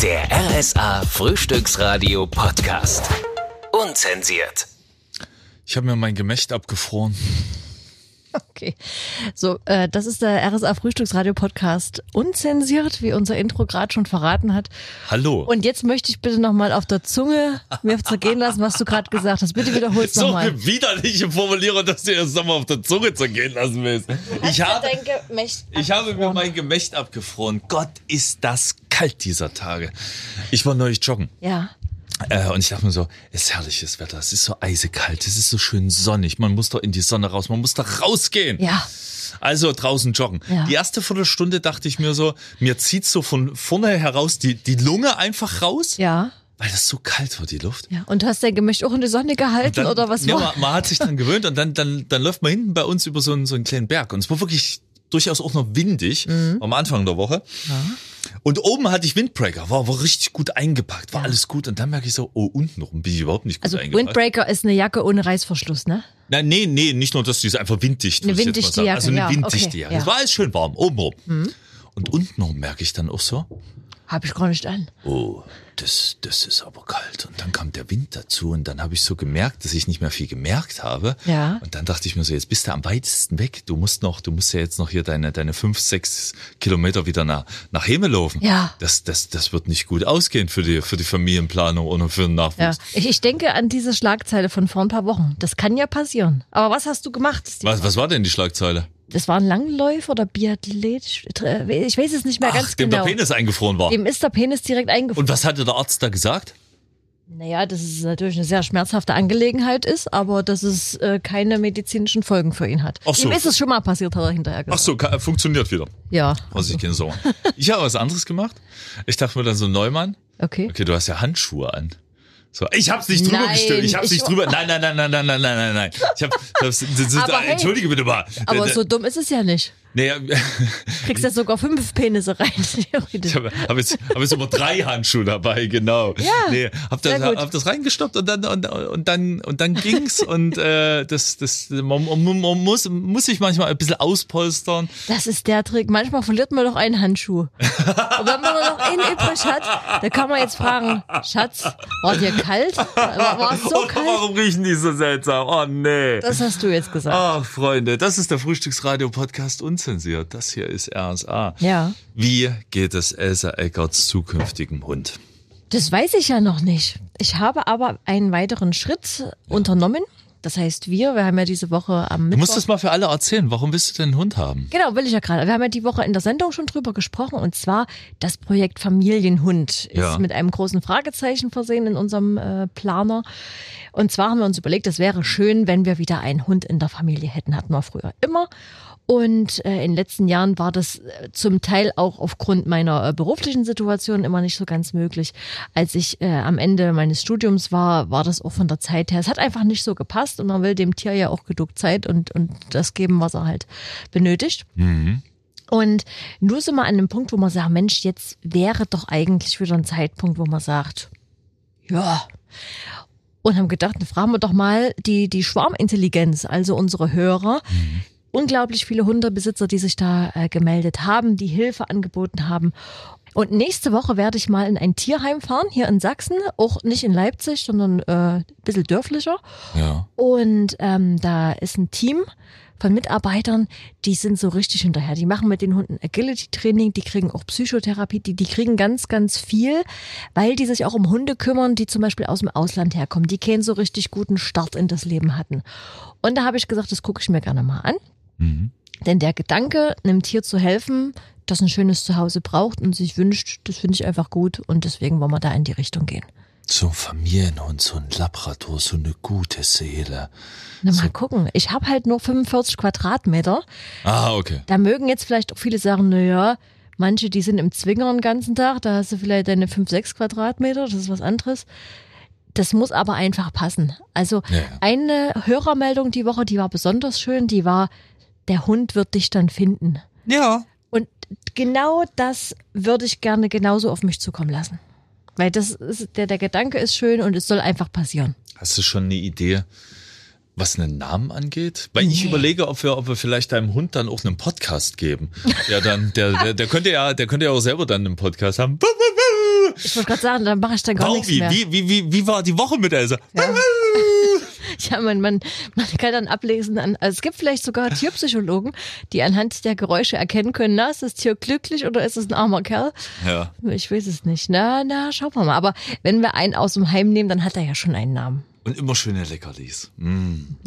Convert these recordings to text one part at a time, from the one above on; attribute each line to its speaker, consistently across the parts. Speaker 1: Der RSA Frühstücksradio Podcast. Unzensiert.
Speaker 2: Ich habe mir mein Gemächt abgefroren.
Speaker 3: Okay. So, äh, das ist der RSA Frühstücksradio Podcast unzensiert, wie unser Intro gerade schon verraten hat.
Speaker 2: Hallo.
Speaker 3: Und jetzt möchte ich bitte nochmal auf der Zunge mir zergehen lassen, was du gerade gesagt hast. Bitte wiederholst
Speaker 2: so
Speaker 3: nochmal.
Speaker 2: eine widerliche Formulierung, dass du dir das nochmal auf der Zunge zergehen lassen willst. Ich habe, ich habe mir mein Gemächt abgefroren. Gott, ist das kalt dieser Tage. Ich war neulich joggen.
Speaker 3: ja.
Speaker 2: Äh, und ich dachte mir so, es ist herrliches Wetter, es ist so eisekalt, es ist so schön sonnig, man muss doch in die Sonne raus, man muss da rausgehen.
Speaker 3: Ja.
Speaker 2: Also draußen joggen.
Speaker 3: Ja.
Speaker 2: Die erste Viertelstunde dachte ich mir so, mir zieht so von vorne heraus die, die Lunge einfach raus,
Speaker 3: Ja.
Speaker 2: weil das so kalt wird, die Luft.
Speaker 3: Ja. Und du hast dein Gemächt auch in die Sonne gehalten
Speaker 2: Dann-
Speaker 3: oder was
Speaker 2: ja,
Speaker 3: war?
Speaker 2: man, man hat sich dann gewöhnt und dann, dann, dann läuft man hinten bei uns über so einen, so einen kleinen Berg. Und es war wirklich durchaus auch noch windig
Speaker 3: Mhm.
Speaker 2: am Anfang der Woche. Und oben hatte ich Windbreaker, war, war richtig gut eingepackt, war alles gut. Und dann merke ich so, oh, unten rum bin ich überhaupt nicht gut
Speaker 3: also
Speaker 2: eingepackt.
Speaker 3: Windbreaker ist eine Jacke ohne Reißverschluss, ne?
Speaker 2: Nein, nee, nee, nicht nur das, die ist einfach winddicht.
Speaker 3: Eine
Speaker 2: muss ich jetzt mal
Speaker 3: winddichte
Speaker 2: sagen.
Speaker 3: Jacke,
Speaker 2: Also eine
Speaker 3: ja, Mhm.
Speaker 2: winddichte
Speaker 3: okay,
Speaker 2: Jacke.
Speaker 3: ja.
Speaker 2: Es war alles schön warm, oben rum. Und unten rum merke ich dann auch so,
Speaker 3: Hab ich gar nicht an.
Speaker 2: oh, das, das ist aber kalt. Und dann kam der Wind dazu und dann habe ich so gemerkt, dass ich nicht mehr viel gemerkt habe.
Speaker 3: Ja.
Speaker 2: Und dann dachte ich mir so, jetzt bist du am weitesten weg. Du musst noch, du musst ja jetzt noch hier deine, deine fünf, sechs Kilometer wieder nach, nach Hemel laufen.
Speaker 3: Ja.
Speaker 2: Das, das, das wird nicht gut ausgehen für die, für die Familienplanung oder für den
Speaker 3: Ja.
Speaker 2: Nachwuchs.
Speaker 3: Ich, ich denke an diese Schlagzeile von vor ein paar Wochen. Das kann ja passieren. Aber was hast du gemacht? Steve?
Speaker 2: Was, was war denn die Schlagzeile?
Speaker 3: Das war ein Langläufer oder Biathlet? Ich weiß es nicht mehr ganz
Speaker 2: Ach, dem
Speaker 3: genau.
Speaker 2: der Penis eingefroren war.
Speaker 3: Dem ist der Penis direkt eingefroren.
Speaker 2: Und was hatte der Arzt da gesagt?
Speaker 3: Naja, dass es natürlich eine sehr schmerzhafte Angelegenheit ist, aber dass es äh, keine medizinischen Folgen für ihn hat.
Speaker 2: Ach so.
Speaker 3: Ihm ist es schon mal passiert, hat er hinterher gesagt.
Speaker 2: so, ka- äh, funktioniert wieder.
Speaker 3: Ja,
Speaker 2: Also ich keine Sorgen. Ich habe was anderes gemacht. Ich dachte mir dann so, Neumann,
Speaker 3: okay.
Speaker 2: okay, du hast ja Handschuhe an. So, ich hab's nicht drüber
Speaker 3: Nein,
Speaker 2: gestellt. Ich hab's
Speaker 3: ich-
Speaker 2: nicht drüber. Nein, nein, nein, nein, nein, nein, nein, nein, nein. Ich hab, das, das, das,
Speaker 3: Aber hey,
Speaker 2: entschuldige bitte mal.
Speaker 3: Aber
Speaker 2: Da-
Speaker 3: so dumm ist es ja nicht.
Speaker 2: Naja,
Speaker 3: Du kriegst ja sogar fünf Penisse rein, theoretisch.
Speaker 2: ich habe hab jetzt, hab jetzt immer drei Handschuhe dabei, genau. Ja, nee, hab, das,
Speaker 3: sehr gut.
Speaker 2: hab das reingestoppt und dann, und, und dann, und dann ging's. und äh, das, das, man, man, man muss, muss sich manchmal ein bisschen auspolstern.
Speaker 3: Das ist der Trick. Manchmal verliert man doch einen Handschuh. Und wenn man nur noch einen übrig hat, dann kann man jetzt fragen, Schatz, war dir kalt? War war es so
Speaker 2: Und
Speaker 3: kalt?
Speaker 2: Oh, Warum riechen die so seltsam? Oh nee.
Speaker 3: Das hast du jetzt gesagt.
Speaker 2: Ach, Freunde, das ist der Frühstücksradio-Podcast unzensiert. Das hier ist RSA.
Speaker 3: Ja.
Speaker 2: Wie geht es Elsa Eckerts zukünftigem Hund?
Speaker 3: Das weiß ich ja noch nicht. Ich habe aber einen weiteren Schritt unternommen. Das heißt, wir, wir haben ja diese Woche am
Speaker 2: Du
Speaker 3: Mittwoch.
Speaker 2: musst das mal für alle erzählen. Warum willst du denn einen Hund haben?
Speaker 3: genau, will ich ja gerade. Wir haben ja die Woche in der Sendung schon drüber gesprochen und zwar das Projekt Familienhund ist
Speaker 2: Ja.
Speaker 3: mit einem großen Fragezeichen versehen in unserem äh, Planer. Und zwar haben wir uns überlegt, es wäre schön, wenn wir wieder einen Hund in der Familie hätten. Hatten wir früher immer. Und äh, in den letzten Jahren war das äh, zum Teil auch aufgrund meiner äh, beruflichen Situation immer nicht so ganz möglich. Als ich äh, am Ende meines Studiums war, war das auch von der Zeit her. Es hat einfach nicht so gepasst und man will dem Tier ja auch genug Zeit und, und das geben, was er halt benötigt. Und nur sind wir an einem Punkt, wo man sagt, Mensch, jetzt wäre doch eigentlich wieder ein Zeitpunkt, wo man sagt, ja. Und haben gedacht, dann fragen wir doch mal die, die Schwarmintelligenz, also unsere Hörer. Unglaublich viele Hundebesitzer, die sich da äh, gemeldet haben, die Hilfe angeboten haben. Und nächste Woche werde ich mal in ein Tierheim fahren, hier in Sachsen, auch nicht in Leipzig, sondern äh, ein bisschen dörflicher.
Speaker 2: Ja.
Speaker 3: Und ähm, da ist ein Team von Mitarbeitern, die sind so richtig hinterher. Die machen mit den Hunden Agility-Training, die kriegen auch Psychotherapie, die, die kriegen ganz, ganz viel, weil die sich auch um Hunde kümmern, die zum Beispiel aus dem Ausland herkommen, die keinen so richtig guten Start in das Leben hatten. Und da habe ich gesagt, das gucke ich mir gerne mal an.
Speaker 2: Mhm.
Speaker 3: Denn der Gedanke, einem Tier zu helfen, das ein schönes Zuhause braucht und sich wünscht, das finde ich einfach gut und deswegen wollen wir da in die Richtung gehen.
Speaker 2: So ein Familienhund, so ein Labrador, so eine gute Seele.
Speaker 3: Na, mal gucken. Ich habe halt nur 45 Quadratmeter.
Speaker 2: Ah, okay.
Speaker 3: Da mögen jetzt vielleicht auch viele sagen, naja, manche, die sind im Zwinger den ganzen Tag, da hast du vielleicht deine 5, 6 Quadratmeter, das ist was anderes. Das muss aber einfach passen. Also
Speaker 2: Ja, ja.
Speaker 3: eine Hörermeldung die Woche, die war besonders schön, die war, der Hund wird dich dann finden.
Speaker 2: Ja.
Speaker 3: Und genau das würde ich gerne genauso auf mich zukommen lassen. Weil das ist, der, der Gedanke ist schön und es soll einfach passieren.
Speaker 2: Hast du schon eine Idee, was einen Namen angeht? Weil ich
Speaker 3: Nee.
Speaker 2: überlege, ob wir, ob wir vielleicht deinem Hund dann auch einen Podcast geben. Ja, dann, der, der, der könnte ja, der könnte ja auch selber dann einen Podcast haben.
Speaker 3: Ich wollte gerade sagen, dann mache ich dann gar nichts
Speaker 2: Baubi,
Speaker 3: mehr.
Speaker 2: wie, wie, wie, wie war die Woche mit Elsa?
Speaker 3: Ja, man, man, man kann dann ablesen, an, also es gibt vielleicht sogar Tierpsychologen, die anhand der Geräusche erkennen können, na, ist das Tier glücklich oder ist es ein armer Kerl?
Speaker 2: Ja.
Speaker 3: Ich weiß es nicht. Na, na, schauen wir mal. Aber wenn wir einen aus dem Heim nehmen, dann hat er ja schon einen Namen.
Speaker 2: Und immer schöne Leckerlis.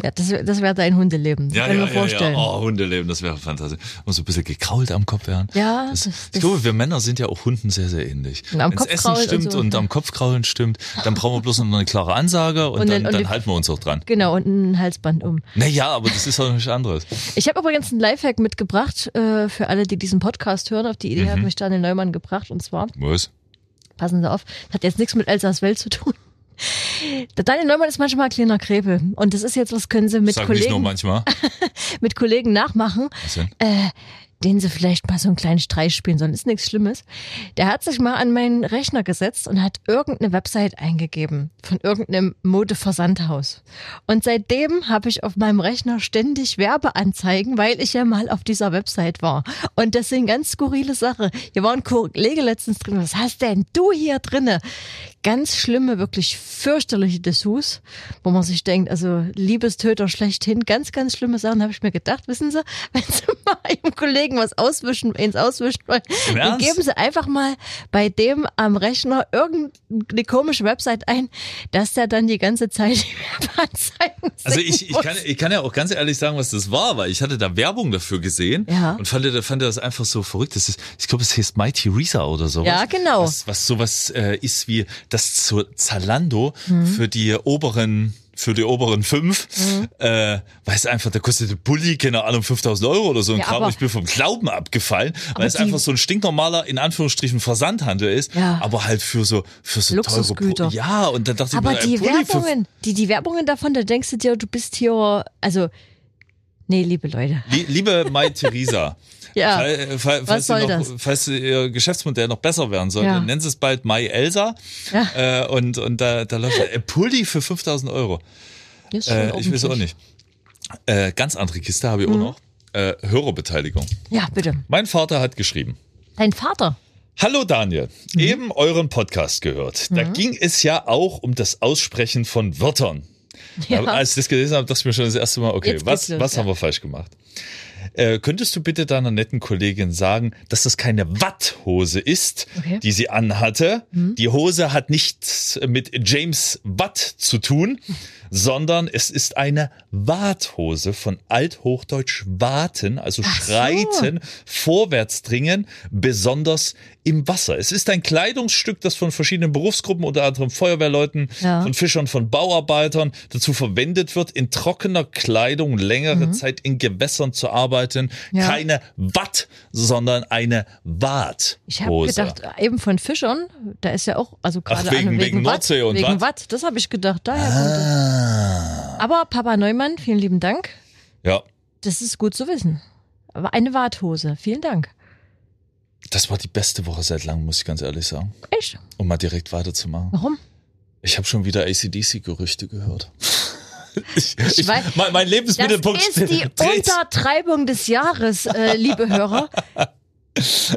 Speaker 3: Ja, das, wär- das wäre dein Hundeleben.
Speaker 2: Ja,
Speaker 3: kann
Speaker 2: ja,
Speaker 3: ich
Speaker 2: ja,
Speaker 3: mir
Speaker 2: ja.
Speaker 3: vorstellen.
Speaker 2: Oh, Hundeleben, das wäre fantastisch. Und so ein bisschen gekrault am Kopf werden.
Speaker 3: Ja,
Speaker 2: das,
Speaker 3: das-
Speaker 2: ich glaube, wir Männer sind ja auch Hunden sehr, sehr ähnlich.
Speaker 3: Und am
Speaker 2: Wenn's
Speaker 3: Kopf
Speaker 2: Essen
Speaker 3: kraulen und
Speaker 2: stimmt
Speaker 3: so.
Speaker 2: am Kopf kraulen stimmt, dann brauchen wir bloß noch eine klare Ansage und,
Speaker 3: Und
Speaker 2: dann,
Speaker 3: dann-
Speaker 2: dann,
Speaker 3: und die-
Speaker 2: halten wir uns auch dran.
Speaker 3: Genau, und ein Halsband um.
Speaker 2: Naja, aber das ist doch nichts anderes.
Speaker 3: Ich habe übrigens einen Lifehack mitgebracht äh, für alle, die diesen Podcast hören. Auf die
Speaker 2: Mhm.
Speaker 3: Idee hat mich Daniel Neumann gebracht. Und zwar,
Speaker 2: Was?
Speaker 3: passen Sie auf, das hat jetzt nichts mit Elsas Welt zu tun. Der Daniel Neumann ist manchmal ein kleiner Krepel. Und das ist jetzt, was können Sie mit
Speaker 2: Sagen wir es nur
Speaker 3: Kollegen
Speaker 2: manchmal.
Speaker 3: mit Kollegen nachmachen,
Speaker 2: Was denn?
Speaker 3: äh, denen sie vielleicht mal so einen kleinen Streich spielen sollen. Ist nichts Schlimmes. Der hat sich mal an meinen Rechner gesetzt und hat irgendeine Website eingegeben von irgendeinem Modeversandhaus. Und seitdem habe ich auf meinem Rechner ständig Werbeanzeigen, weil ich ja mal auf dieser Website war. Und das sind ganz skurrile Sache. Hier war ein Kollege letztens drin. Was hast denn du hier drinne? Ganz schlimme, wirklich fürchterliche Dessous, wo man sich denkt, also Liebestöter schlechthin, ganz, ganz schlimme Sachen, habe ich mir gedacht, wissen Sie, wenn Sie mal einem Kollegen was auswischen, ins auswischen wollen,
Speaker 2: Im
Speaker 3: dann
Speaker 2: Ernst?
Speaker 3: geben Sie einfach mal bei dem am Rechner irgendeine komische Website ein, dass der dann die ganze Zeit die Werbeanzeigen
Speaker 2: Also
Speaker 3: sehen
Speaker 2: ich, ich,
Speaker 3: muss.
Speaker 2: kann, ich kann ja auch ganz ehrlich sagen, was das war, weil ich hatte da Werbung dafür gesehen
Speaker 3: Ja.
Speaker 2: und fand, fand das einfach so verrückt. Das ist, ich glaube, es heißt My Theresa oder sowas.
Speaker 3: Ja, genau.
Speaker 2: Was, was sowas äh, ist wie das zu Zalando
Speaker 3: Mhm.
Speaker 2: für die oberen für die oberen fünf,
Speaker 3: Mhm.
Speaker 2: äh, weil es einfach, da kostet der Bulli, keine Ahnung, 5000 Euro oder so ein
Speaker 3: Ja,
Speaker 2: Kram.
Speaker 3: aber-
Speaker 2: Ich bin vom Glauben abgefallen, weil
Speaker 3: Aber
Speaker 2: es
Speaker 3: die-
Speaker 2: einfach so ein stinknormaler, in Anführungsstrichen, Versandhandel ist,
Speaker 3: Ja.
Speaker 2: aber halt für so, für so
Speaker 3: Luxusgüter.
Speaker 2: teure Pro Ja, und dann dachte
Speaker 3: Aber
Speaker 2: ich mir, ein
Speaker 3: die
Speaker 2: Pulli für-
Speaker 3: Werbungen, die, die Werbungen davon, da denkst du dir, du bist hier, also, nee, liebe Leute.
Speaker 2: Lie- Liebe Mai Theresa.
Speaker 3: Ja.
Speaker 2: fall- fall- falls Sie
Speaker 3: Was soll
Speaker 2: noch,
Speaker 3: das?
Speaker 2: Falls Ihr Geschäftsmodell noch besser werden soll,
Speaker 3: Ja.
Speaker 2: dann nennen Sie es bald Mai Elsa.
Speaker 3: Ja.
Speaker 2: Äh, und, und da, da läuft ein Pulli für 5000 Euro.
Speaker 3: Ist schon
Speaker 2: Äh, ich weiß auch
Speaker 3: ordentlich. Hm.
Speaker 2: nicht. Äh, ganz andere Kiste habe ich auch noch. Äh, Hörerbeteiligung.
Speaker 3: Ja, bitte.
Speaker 2: Mein Vater hat geschrieben.
Speaker 3: Dein Vater.
Speaker 2: Hallo Daniel,
Speaker 3: Mhm.
Speaker 2: eben euren Podcast gehört. Da ging es ja auch um das Aussprechen von Wörtern.
Speaker 3: Ja.
Speaker 2: Aber als ich das gelesen habe, dachte ich mir schon das erste Mal, okay,
Speaker 3: Jetzt geht's
Speaker 2: was,
Speaker 3: los,
Speaker 2: was
Speaker 3: ja.
Speaker 2: haben wir falsch gemacht? Äh, könntest du bitte deiner netten Kollegin sagen, dass das keine Watthose ist,
Speaker 3: Okay.
Speaker 2: die sie anhatte?
Speaker 3: Mhm.
Speaker 2: Die Hose hat nichts mit James Watt zu tun, sondern es ist eine Warthose von Althochdeutsch Waten, also
Speaker 3: so.
Speaker 2: schreiten, vorwärts dringen, besonders im Wasser. Es ist ein Kleidungsstück, das von verschiedenen Berufsgruppen, unter anderem Feuerwehrleuten,
Speaker 3: Ja.
Speaker 2: von Fischern, von Bauarbeitern dazu verwendet wird, in trockener Kleidung längere Zeit in Gewässern zu arbeiten.
Speaker 3: Mhm. Ja.
Speaker 2: Keine Watt, sondern eine Warthose.
Speaker 3: Ich habe gedacht, eben von Fischern, da ist ja auch, also gerade
Speaker 2: wegen-
Speaker 3: an,
Speaker 2: wegen Nordsee
Speaker 3: Watt,
Speaker 2: und
Speaker 3: wegen
Speaker 2: Watt. Ah.
Speaker 3: Watt. Das habe ich gedacht, daher kommt das. Aber Papa Neumann, vielen lieben Dank.
Speaker 2: Ja,
Speaker 3: Das ist gut zu wissen. Aber eine Warthose, vielen Dank.
Speaker 2: das war die beste Woche seit langem, muss ich ganz ehrlich sagen.
Speaker 3: Echt?
Speaker 2: Um mal direkt weiterzumachen.
Speaker 3: Warum?
Speaker 2: Ich habe schon wieder ACDC-Gerüchte gehört. Ich, ich,
Speaker 3: weiß-
Speaker 2: mein, mein Lebensmittelpunkt
Speaker 3: Das ist die
Speaker 2: dreht-
Speaker 3: Untertreibung des Jahres, äh, liebe Hörer.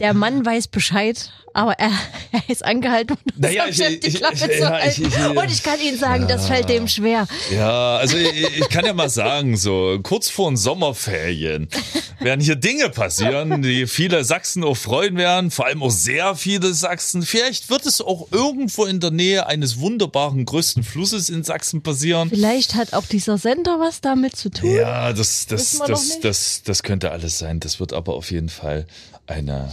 Speaker 3: Der Mann weiß Bescheid, aber er, er ist angehalten,
Speaker 2: Naja, ich-
Speaker 3: ich, die
Speaker 2: ich-
Speaker 3: Klappe
Speaker 2: ich-
Speaker 3: zu
Speaker 2: ja, ich-
Speaker 3: halten.
Speaker 2: ich-
Speaker 3: Und ich kann Ihnen sagen, das fällt dem schwer.
Speaker 2: Ja, also ich, ich kann ja mal sagen, so kurz vor den Sommerferien werden hier Dinge passieren, die viele Sachsen auch freuen werden, vor allem auch sehr viele Sachsen. Vielleicht wird es auch irgendwo in der Nähe eines wunderbaren größten Flusses in Sachsen passieren.
Speaker 3: Vielleicht hat auch dieser Sender was damit zu tun.
Speaker 2: Ja, das, das,
Speaker 3: Wissen
Speaker 2: das,
Speaker 3: wir noch
Speaker 2: das,
Speaker 3: nicht.
Speaker 2: das, könnte alles sein. Das wird aber auf jeden Fall eine,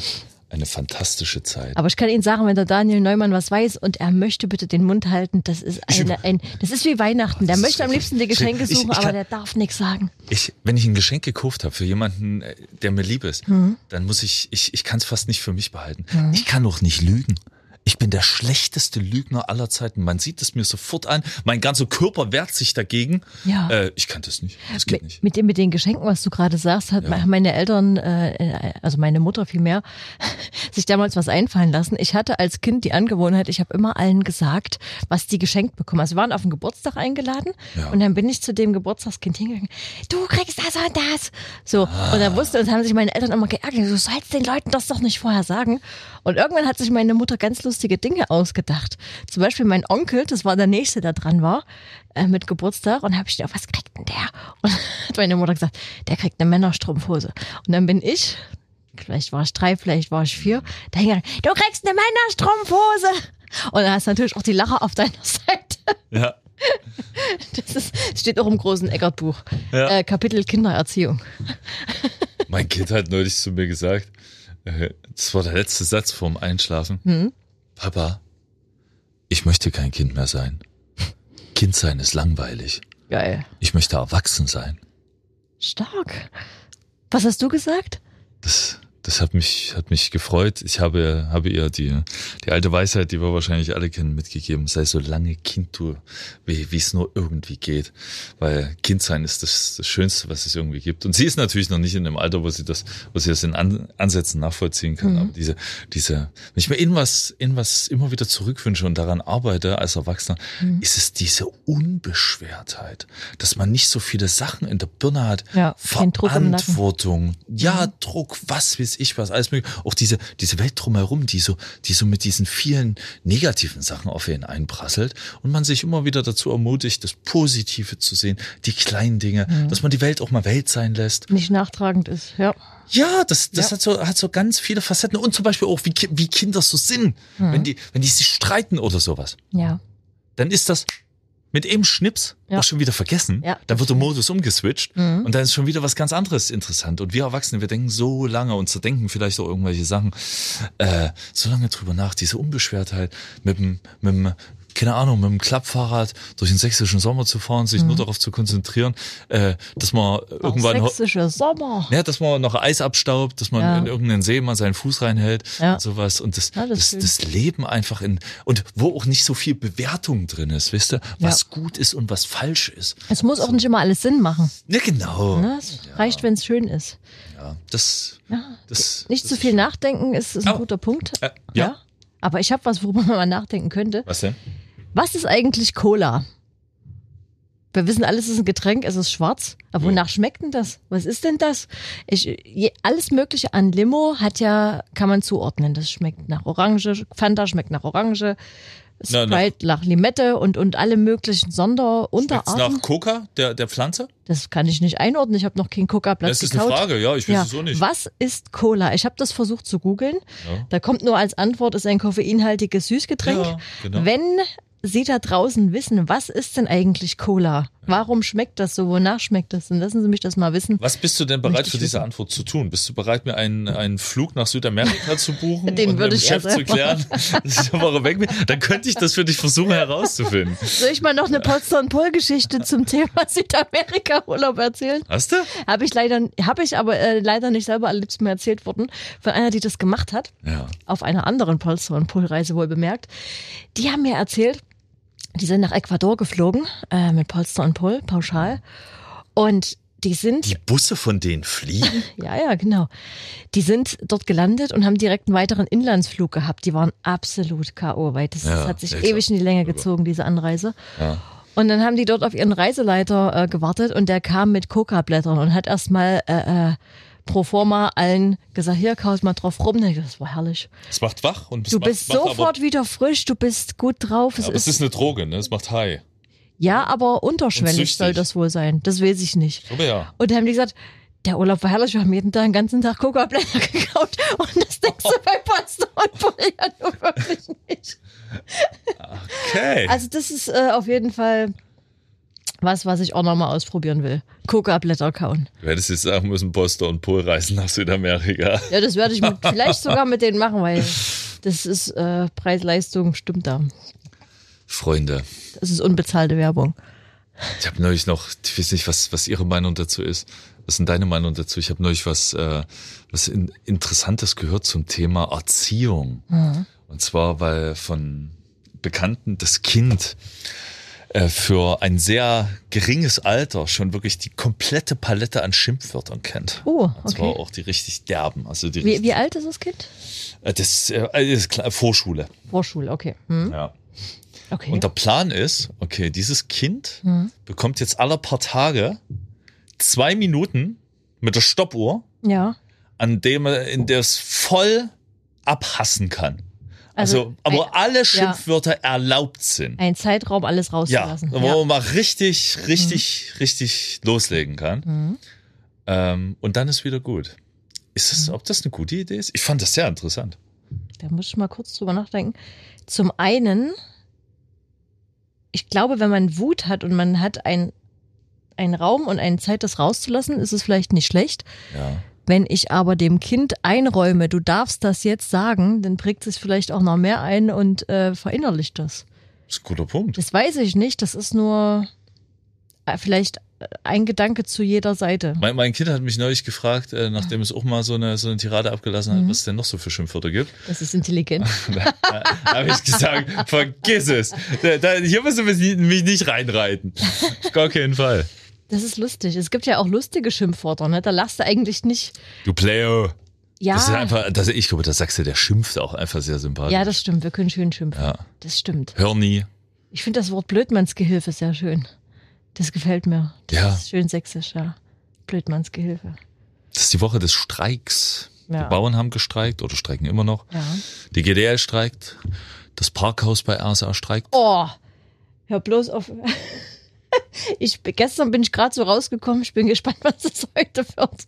Speaker 2: eine fantastische Zeit.
Speaker 3: Aber ich kann Ihnen sagen, wenn der Daniel Neumann was weiß und er möchte bitte den Mund halten, das ist eine, ein, das ist wie Weihnachten. Der
Speaker 2: Das ist
Speaker 3: möchte am
Speaker 2: schrecklich.
Speaker 3: liebsten die Geschenke
Speaker 2: Ich- ich
Speaker 3: suchen, aber
Speaker 2: kann-
Speaker 3: der darf nichts sagen.
Speaker 2: Ich, wenn ich ein Geschenk gekauft habe für jemanden, äh, der mir lieb ist,
Speaker 3: Mhm.
Speaker 2: dann muss ich, ich, ich kann es fast nicht für mich behalten. Ich kann auch nicht lügen. Ich bin der schlechteste Lügner aller Zeiten. Man sieht es mir sofort an. Mein ganzer Körper wehrt sich dagegen.
Speaker 3: Ja.
Speaker 2: Äh, ich kann das nicht. Das geht nicht.
Speaker 3: Mit, dem, mit den Geschenken, was du gerade sagst, hat me- meine Eltern, äh, also meine Mutter vielmehr, sich damals was einfallen lassen. Ich hatte als Kind die Angewohnheit, ich habe immer allen gesagt, was die geschenkt bekommen. Also wir waren auf den Geburtstag eingeladen
Speaker 2: Ja.
Speaker 3: und dann bin ich zu dem Geburtstagskind hingegangen, du kriegst das und das. So, und dann wusste, und haben sich meine Eltern immer geärgert, du sollst den Leuten das doch nicht vorher sagen. Und irgendwann hat sich meine Mutter ganz lustige Dinge ausgedacht. Zum Beispiel mein Onkel, das war der Nächste, der dran war, äh, mit Geburtstag. Und habe ich gedacht, was kriegt denn der? Und hat meine Mutter gesagt, der kriegt eine Männerstrumpfhose. Und dann bin ich, vielleicht war ich drei, vielleicht war ich vier, dahingegangen, du kriegst eine Männerstrumpfhose. Und da hast du natürlich auch die Lacher auf deiner Seite.
Speaker 2: Ja.
Speaker 3: Das ist, steht auch im großen Eckert-Buch.
Speaker 2: Ja.
Speaker 3: Äh, Kapitel Kindererziehung.
Speaker 2: Mein Kind hat neulich zu mir gesagt, äh, das war der letzte Satz vorm Einschlafen. Papa, ich möchte kein Kind mehr sein. Kind sein ist langweilig.
Speaker 3: Geil.
Speaker 2: Ich möchte erwachsen sein.
Speaker 3: Stark. Was hast du gesagt?
Speaker 2: Das, das hat mich, hat mich gefreut. Ich habe, habe ihr die, die alte Weisheit, die wir wahrscheinlich alle kennen, mitgegeben. Sei so lange Kind du, wie wie es nur irgendwie geht. Weil Kind sein ist das, das Schönste, was es irgendwie gibt. Und sie ist natürlich noch nicht in dem Alter, wo sie das, wo sie das in An Ansätzen nachvollziehen
Speaker 3: Mhm.
Speaker 2: kann. Aber diese, diese, wenn ich mir irgendwas, irgendwas immer wieder zurückwünsche und daran arbeite als Erwachsener,
Speaker 3: Mhm.
Speaker 2: ist es diese Unbeschwertheit, dass man nicht so viele Sachen in der Birne hat.
Speaker 3: Ja, kein Druck im Nacken.
Speaker 2: Verantwortung, ja,
Speaker 3: Mhm.
Speaker 2: Druck, was weiß ich was, alles mögliche. Auch diese, diese Welt drumherum, die so, die so mit diesen vielen negativen Sachen auf ihn einprasselt und man sich immer wieder dazu ermutigt, das Positive zu sehen, die kleinen Dinge,
Speaker 3: Mhm.
Speaker 2: dass man die Welt auch mal Welt sein lässt.
Speaker 3: Nicht nachtragend ist, ja.
Speaker 2: Ja, das, das
Speaker 3: Ja.
Speaker 2: Hat, so, hat so ganz viele Facetten und zum Beispiel auch, wie, Ki- wie Kinder so sind,
Speaker 3: Mhm.
Speaker 2: wenn, die, wenn die sich streiten oder sowas
Speaker 3: Ja.
Speaker 2: dann ist das mit eben Schnips
Speaker 3: Ja.
Speaker 2: auch schon wieder vergessen.
Speaker 3: Ja.
Speaker 2: Dann wird der Modus umgeswitcht
Speaker 3: Hm? Mhm.
Speaker 2: und dann ist schon wieder was ganz anderes interessant. Und wir Erwachsene, wir denken so lange und zerdenken vielleicht auch irgendwelche Sachen äh, so lange drüber nach. Diese Unbeschwertheit mit dem, mit dem keine Ahnung, mit dem Klappfahrrad durch den sächsischen Sommer zu fahren, sich
Speaker 3: Hm.
Speaker 2: nur darauf zu konzentrieren, äh, dass man irgendwann ho-
Speaker 3: Sächsische Sommer.
Speaker 2: ja, dass man noch Eis abstaubt, dass man
Speaker 3: Ja.
Speaker 2: in irgendeinen See mal seinen Fuß reinhält
Speaker 3: Ja.
Speaker 2: und sowas. Und das,
Speaker 3: Ja, das
Speaker 2: das,
Speaker 3: ist schön.
Speaker 2: das Leben einfach in, und wo auch nicht so viel Bewertung drin ist, wisst ihr, was gut ist und was falsch ist.
Speaker 3: Es muss auch nicht immer alles Sinn machen.
Speaker 2: Ne, genau.
Speaker 3: Ne? Es reicht, wenn es schön ist.
Speaker 2: Ja, das, das,
Speaker 3: Nicht
Speaker 2: das
Speaker 3: zu
Speaker 2: ist-
Speaker 3: viel nachdenken ist, ist ein
Speaker 2: Oh.
Speaker 3: guter Punkt.
Speaker 2: Äh, ja.
Speaker 3: Aber ich habe was, worüber man mal nachdenken könnte.
Speaker 2: Was denn?
Speaker 3: Was ist eigentlich Cola? Wir wissen, alles ist ein Getränk, es ist schwarz. Aber wonach schmeckt denn das? Was ist denn das? Ich, je, alles Mögliche an Limo hat ja, kann man zuordnen. Das schmeckt nach Orange, Fanta schmeckt nach Orange,
Speaker 2: Na,
Speaker 3: Sprite
Speaker 2: nach-
Speaker 3: nach Limette und, und alle möglichen
Speaker 2: Schmeckt's
Speaker 3: Sonderunterarten.
Speaker 2: nach Coca, der, der Pflanze?
Speaker 3: Das kann ich nicht einordnen. Ich habe noch keinen Coca-Platz
Speaker 2: Das ist eine
Speaker 3: gekaut.
Speaker 2: Frage, ja, ich weiß
Speaker 3: Ja,
Speaker 2: es auch nicht.
Speaker 3: was ist Cola? Ich habe das versucht zu googeln.
Speaker 2: Ja.
Speaker 3: Da kommt nur als Antwort, ist ein koffeinhaltiges Süßgetränk.
Speaker 2: Ja, genau.
Speaker 3: Wenn Sie da draußen wissen, was ist denn eigentlich Cola? Warum schmeckt das so? Wonach schmeckt das denn? Lassen Sie mich das mal wissen.
Speaker 2: Was bist du denn bereit
Speaker 3: Möchte ich
Speaker 2: für diese
Speaker 3: wissen.
Speaker 2: Antwort zu tun? Bist du bereit, mir einen, einen Flug nach Südamerika zu buchen
Speaker 3: Den
Speaker 2: und
Speaker 3: würde
Speaker 2: dem
Speaker 3: ich
Speaker 2: Chef
Speaker 3: eher
Speaker 2: zu klären, dass ich eine Woche weg bin? Dann könnte ich das für dich versuchen herauszufinden.
Speaker 3: Soll ich mal noch eine Potsdam-Poll-Geschichte zum Thema Südamerika-Urlaub erzählen?
Speaker 2: Hast du?
Speaker 3: Habe ich leider, habe ich aber äh, leider nicht selber erlebt, ist mir erzählt worden von einer, die das gemacht hat.
Speaker 2: Ja.
Speaker 3: auf einer anderen Polster- und Polreise wohl bemerkt. Die haben mir erzählt, die sind nach Ecuador geflogen äh, mit Polster und Pol, pauschal. Und die sind,
Speaker 2: Die Busse von denen fliegen?
Speaker 3: ja, ja, genau. Die sind dort gelandet und haben direkt einen weiteren Inlandsflug gehabt. Die waren absolut K.O., weil das, das
Speaker 2: Ja,
Speaker 3: hat sich
Speaker 2: ja, klar.
Speaker 3: ewig in die Länge gezogen, diese Anreise. Und dann haben die dort auf ihren Reiseleiter äh, gewartet und der kam mit Coca-Blättern und hat erstmal äh, äh, pro forma allen gesagt, hier, kaut mal drauf rum. Das war herrlich.
Speaker 2: Es macht wach und es
Speaker 3: Du
Speaker 2: macht,
Speaker 3: bist
Speaker 2: macht
Speaker 3: sofort wieder frisch, du bist gut drauf. Es
Speaker 2: Aber, aber
Speaker 3: ist,
Speaker 2: es ist eine Droge, ne? Es macht high.
Speaker 3: ja, aber
Speaker 2: Und
Speaker 3: unterschwellig
Speaker 2: süchtig.
Speaker 3: soll das wohl sein. Das weiß ich nicht.
Speaker 2: Aber ja.
Speaker 3: Und dann haben die gesagt, der Urlaub war herrlich, wir haben jeden Tag den ganzen Tag Coca-Blätter gekauft. Und das denkst du bei Potsdam und Bull ja nur wirklich nicht.
Speaker 2: Okay.
Speaker 3: Also das ist äh, auf jeden Fall was, was ich auch nochmal ausprobieren will. Coca-Blätter kauen.
Speaker 2: du hättest jetzt sagen müssen, Poster und Pol reisen nach Südamerika.
Speaker 3: Ja, das werde ich mit, vielleicht sogar mit denen machen, weil das ist äh, Preis-Leistung, stimmt da.
Speaker 2: Freunde,
Speaker 3: Das ist unbezahlte Werbung.
Speaker 2: ich habe neulich noch, ich weiß nicht, was, was Ihre Meinung dazu ist. Was sind deine Meinung dazu? Ich habe neulich was, äh, was in, Interessantes gehört zum Thema Erziehung.
Speaker 3: Mhm.
Speaker 2: Und zwar, weil von Bekannten das Kind äh, für ein sehr geringes Alter schon wirklich die komplette Palette an Schimpfwörtern kennt.
Speaker 3: Oh,
Speaker 2: Und zwar
Speaker 3: okay.
Speaker 2: auch die richtig derben. Also die
Speaker 3: Wie,
Speaker 2: richtig,
Speaker 3: wie alt ist das Kind?
Speaker 2: äh, das, äh, alles klar, Vorschule.
Speaker 3: Vorschule, okay. Hm?
Speaker 2: Ja.
Speaker 3: okay.
Speaker 2: Und der Plan ist, okay, dieses Kind
Speaker 3: Hm?
Speaker 2: bekommt jetzt alle paar Tage zwei Minuten mit der Stoppuhr,
Speaker 3: Ja.
Speaker 2: an dem er, in der es voll abhassen kann. Also, aber
Speaker 3: ein,
Speaker 2: alle Schimpfwörter erlaubt sind.
Speaker 3: ein Zeitraum alles
Speaker 2: Ja,
Speaker 3: rauszulassen.
Speaker 2: wo man mal richtig, richtig, richtig loslegen kann.
Speaker 3: Hm.
Speaker 2: Ähm, und dann ist wieder gut. Ist das, ob das eine gute Idee ist? Ich fand das sehr interessant.
Speaker 3: Da muss ich mal kurz drüber nachdenken. Zum einen, ich glaube, wenn man Wut hat und man hat ein, einen Raum und eine Zeit, das rauszulassen, ist es vielleicht nicht schlecht.
Speaker 2: Ja.
Speaker 3: Wenn ich aber dem Kind einräume, du darfst das jetzt sagen, dann prägt es vielleicht auch noch mehr ein und äh, verinnerlicht das.
Speaker 2: Ist ein guter Punkt.
Speaker 3: Das weiß ich nicht, das ist nur äh, vielleicht äh, ein Gedanke zu jeder Seite.
Speaker 2: Mein, mein Kind hat mich neulich gefragt, äh, nachdem es auch mal so eine, so eine Tirade abgelassen hat, was es denn noch so für Schimpfwörter gibt.
Speaker 3: Das ist intelligent.
Speaker 2: Da habe ich gesagt, vergiss es. Da, da, hier musst du mich nie- mich nicht reinreiten. Auf gar keinen Fall.
Speaker 3: Das ist lustig. Es gibt ja auch lustige Schimpfwörter, ne? Da lachst du eigentlich nicht.
Speaker 2: Du Playo.
Speaker 3: Ja.
Speaker 2: Das ist einfach, das, ich glaube, der Sachse, der schimpft auch einfach sehr sympathisch.
Speaker 3: Ja, das stimmt. Wir können schön schimpfen.
Speaker 2: Ja.
Speaker 3: Das stimmt.
Speaker 2: Hör nie.
Speaker 3: Ich finde das Wort Blödmannsgehilfe sehr schön. Das gefällt mir. Das
Speaker 2: Ja.
Speaker 3: ist schön sächsisch, ja. Blödmannsgehilfe.
Speaker 2: Das ist die Woche des Streiks.
Speaker 3: Ja.
Speaker 2: Die Bauern haben gestreikt oder streiken immer noch.
Speaker 3: Ja.
Speaker 2: Die GDL streikt. Das Parkhaus bei RSA streikt.
Speaker 3: Oh, hör bloß auf. Ich, gestern bin ich gerade so rausgekommen. Ich bin gespannt, was das heute wird.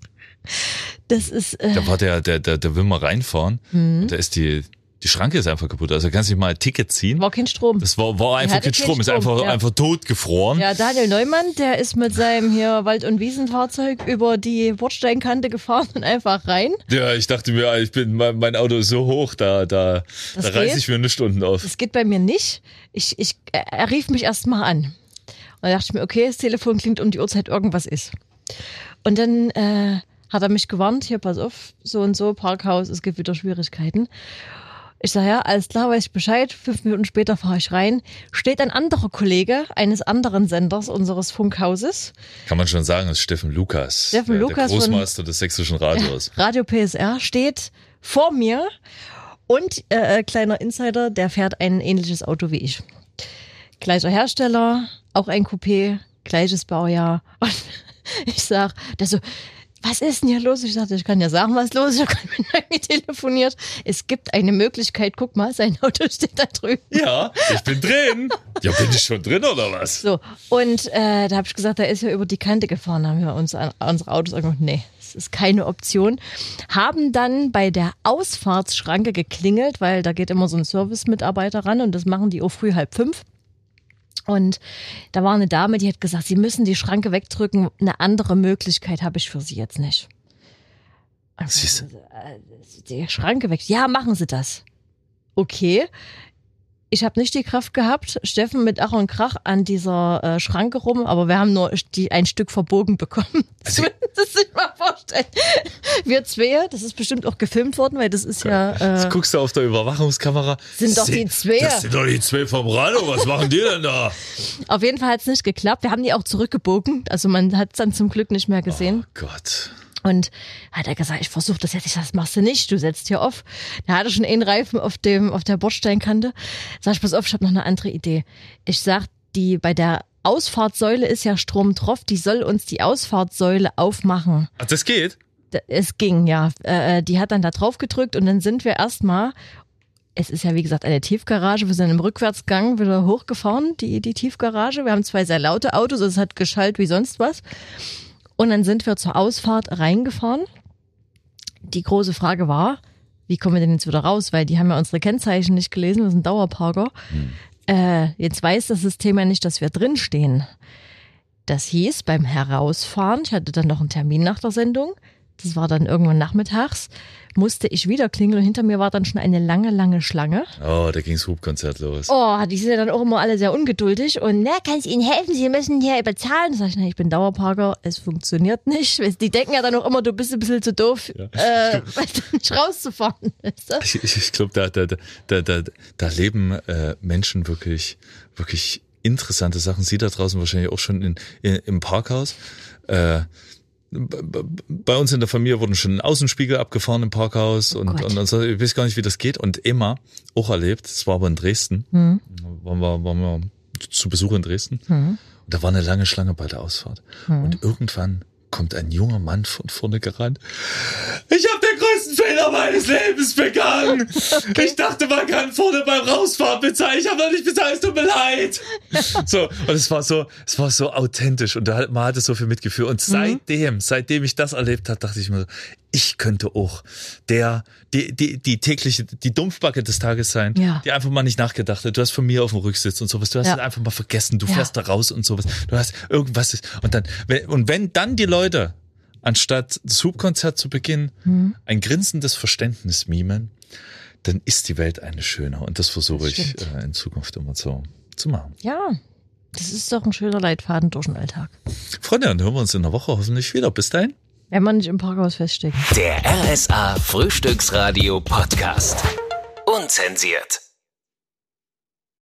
Speaker 3: Das ist. Äh,
Speaker 2: Da war der, der, der, der will mal reinfahren.
Speaker 3: Hm.
Speaker 2: Da ist die, die Schranke ist einfach kaputt. Also kannst du nicht mal ein Ticket ziehen.
Speaker 3: war kein Strom.
Speaker 2: Das war, war einfach
Speaker 3: hatte
Speaker 2: kein
Speaker 3: keinen
Speaker 2: Strom. Ist
Speaker 3: Strom,
Speaker 2: einfach,
Speaker 3: ja.
Speaker 2: einfach totgefroren.
Speaker 3: Ja, Daniel Neumann, der ist mit seinem hier Wald- und Wiesenfahrzeug über die Bordsteinkante gefahren und einfach rein.
Speaker 2: Ja, ich dachte mir, ich bin, mein, mein Auto ist so hoch, da, da,
Speaker 3: Das
Speaker 2: da reiß
Speaker 3: geht?
Speaker 2: ich mir eine Stunde auf.
Speaker 3: Das geht bei mir nicht. Ich, ich, er rief mich erst mal an. Und da dachte ich mir, okay, das Telefon klingt um die Uhrzeit, irgendwas ist. Und dann äh, hat er mich gewarnt, hier, pass auf, so und so, Parkhaus, es gibt wieder Schwierigkeiten. Ich sage, ja, alles klar, weiß ich Bescheid. Fünf Minuten später fahre ich rein. Steht ein anderer Kollege eines anderen Senders unseres Funkhauses,
Speaker 2: Kann man schon sagen, das ist Steffen Lukas.
Speaker 3: Steffen
Speaker 2: der,
Speaker 3: Lukas
Speaker 2: Der
Speaker 3: von-
Speaker 2: Großmeister des sächsischen Radios.
Speaker 3: Radio PSR, steht vor mir. Und äh, äh, kleiner Insider, der fährt ein ähnliches Auto wie ich. Gleicher Hersteller, auch ein Coupé, gleiches Baujahr. Und ich sag, der so, was ist denn hier los? Ich sagte, ich kann ja sagen, was los ist. Ich habe mit Nanni telefoniert. Es gibt eine Möglichkeit, guck mal, sein Auto steht da drüben.
Speaker 2: Ja, ich bin drin. Ja, bin ich schon drin oder was?
Speaker 3: So, und äh, da habe ich gesagt, da ist ja über die Kante gefahren, haben wir uns an unsere Autos angeguckt. Nee, das ist keine Option. Haben dann bei der Ausfahrtsschranke geklingelt, weil da geht immer so ein Service-Mitarbeiter ran und das machen die auch früh halb fünf. Und da war eine Dame, die hat gesagt, sie müssen die Schranke wegdrücken. Eine andere Möglichkeit habe ich für sie jetzt nicht. Also, äh,
Speaker 2: Siehst du?
Speaker 3: Die Schranke weg. Ja, machen Sie das. Okay. Ich habe nicht die Kraft gehabt, Steffen mit Ach und Krach an dieser äh, Schranke rum, aber wir haben nur die, ein Stück verbogen bekommen. Das
Speaker 2: Also-
Speaker 3: müssen Sie sich mal vorstellen. Wir zwei, das ist bestimmt auch gefilmt worden, weil das ist ja.
Speaker 2: Jetzt
Speaker 3: Äh,
Speaker 2: guckst du auf der Überwachungskamera.
Speaker 3: Sind doch die
Speaker 2: zwei.
Speaker 3: Zwerge.
Speaker 2: Das sind doch die zwei vom Radio. Was machen die denn da?
Speaker 3: auf jeden Fall hat es nicht geklappt. Wir haben die auch zurückgebogen. Also man hat es dann zum Glück nicht mehr gesehen.
Speaker 2: Oh Gott.
Speaker 3: Und hat er gesagt, ich versuche das jetzt, ich sag, das machst du nicht, du setzt hier auf. Da hatte schon einen Reifen auf dem auf der Bordsteinkante. Sag ich, pass auf, ich habe noch eine andere Idee. Ich sag, die bei der Ausfahrtsäule ist ja Strom drauf, die soll uns die Ausfahrtsäule aufmachen.
Speaker 2: Ach, das geht?
Speaker 3: D- Es ging, ja. Äh, die hat dann da drauf gedrückt und dann sind wir erstmal, es ist ja wie gesagt eine Tiefgarage, wir sind im Rückwärtsgang wieder hochgefahren, die, die Tiefgarage. Wir haben zwei sehr laute Autos, es hat geschallt wie sonst was. Und dann sind wir zur Ausfahrt reingefahren. Die große Frage war, wie kommen wir denn jetzt wieder raus? Weil die haben ja unsere Kennzeichen nicht gelesen, wir sind Dauerparker. Äh, jetzt weiß das System ja nicht, dass wir drinstehen. Das hieß beim Herausfahren, ich hatte dann noch einen Termin nach der Sendung, das war dann irgendwann nachmittags, musste ich wieder klingeln und hinter mir war dann schon eine lange, lange Schlange.
Speaker 2: Oh, da ging's Hubkonzert los.
Speaker 3: Oh, die sind ja dann auch immer alle sehr ungeduldig und, na, kann ich Ihnen helfen? Sie müssen hier überzahlen. Sag ich, na, ich bin Dauerparker, es funktioniert nicht. Die denken ja dann auch immer, du bist ein bisschen zu doof, äh, weißt du, nicht rauszufahren. ne? Weißt du?
Speaker 2: Ich, ich, ich glaube, da, da, da, da, da leben äh, Menschen wirklich, wirklich interessante Sachen. Sie da draußen wahrscheinlich auch schon in, in, im Parkhaus. Äh, b- b- bei uns in der Familie wurden schon Außenspiegel abgefahren im Parkhaus und,
Speaker 3: Gott.
Speaker 2: und, und so. Ich weiß gar nicht, wie das geht. Und immer auch erlebt, es war aber in Dresden, waren, wir, waren wir zu Besuch in Dresden. Und da war eine lange Schlange bei der Ausfahrt. Und irgendwann kommt ein junger Mann von vorne gerannt. Ich habe den größten Fehler meines Lebens begangen. Ich dachte, man kann vorne beim Rausfahren bezahlen. Ich habe noch nicht bezahlt, es tut mir leid. so, und es war so, es war so authentisch und da hat- man hatte so viel Mitgefühl. Und seitdem, seitdem ich das erlebt habe, dachte ich mir so, ich könnte auch der, die, die, die tägliche, die Dumpfbacke des Tages sein,
Speaker 3: Ja.
Speaker 2: die einfach mal nicht nachgedacht hat. Du hast von mir auf dem Rücksitz und sowas. Du hast
Speaker 3: Ja.
Speaker 2: es einfach mal vergessen. Du
Speaker 3: Ja.
Speaker 2: fährst da raus und sowas. Du hast irgendwas. ist- Und dann, wenn- und wenn dann die Leute, anstatt das Hubkonzert zu beginnen,
Speaker 3: Mhm.
Speaker 2: ein grinsendes Verständnis mimen, dann ist die Welt eine schöne. Und das versuche
Speaker 3: Das
Speaker 2: ich
Speaker 3: stimmt.
Speaker 2: äh, in Zukunft immer so zu machen.
Speaker 3: Ja, das ist doch ein schöner Leitfaden durch den Alltag.
Speaker 2: Freunde, dann hören wir uns in der Woche hoffentlich wieder. Bis dahin.
Speaker 3: Wenn man nicht im Parkhaus feststeckt.
Speaker 1: Der RSA Frühstücksradio Podcast. Unzensiert.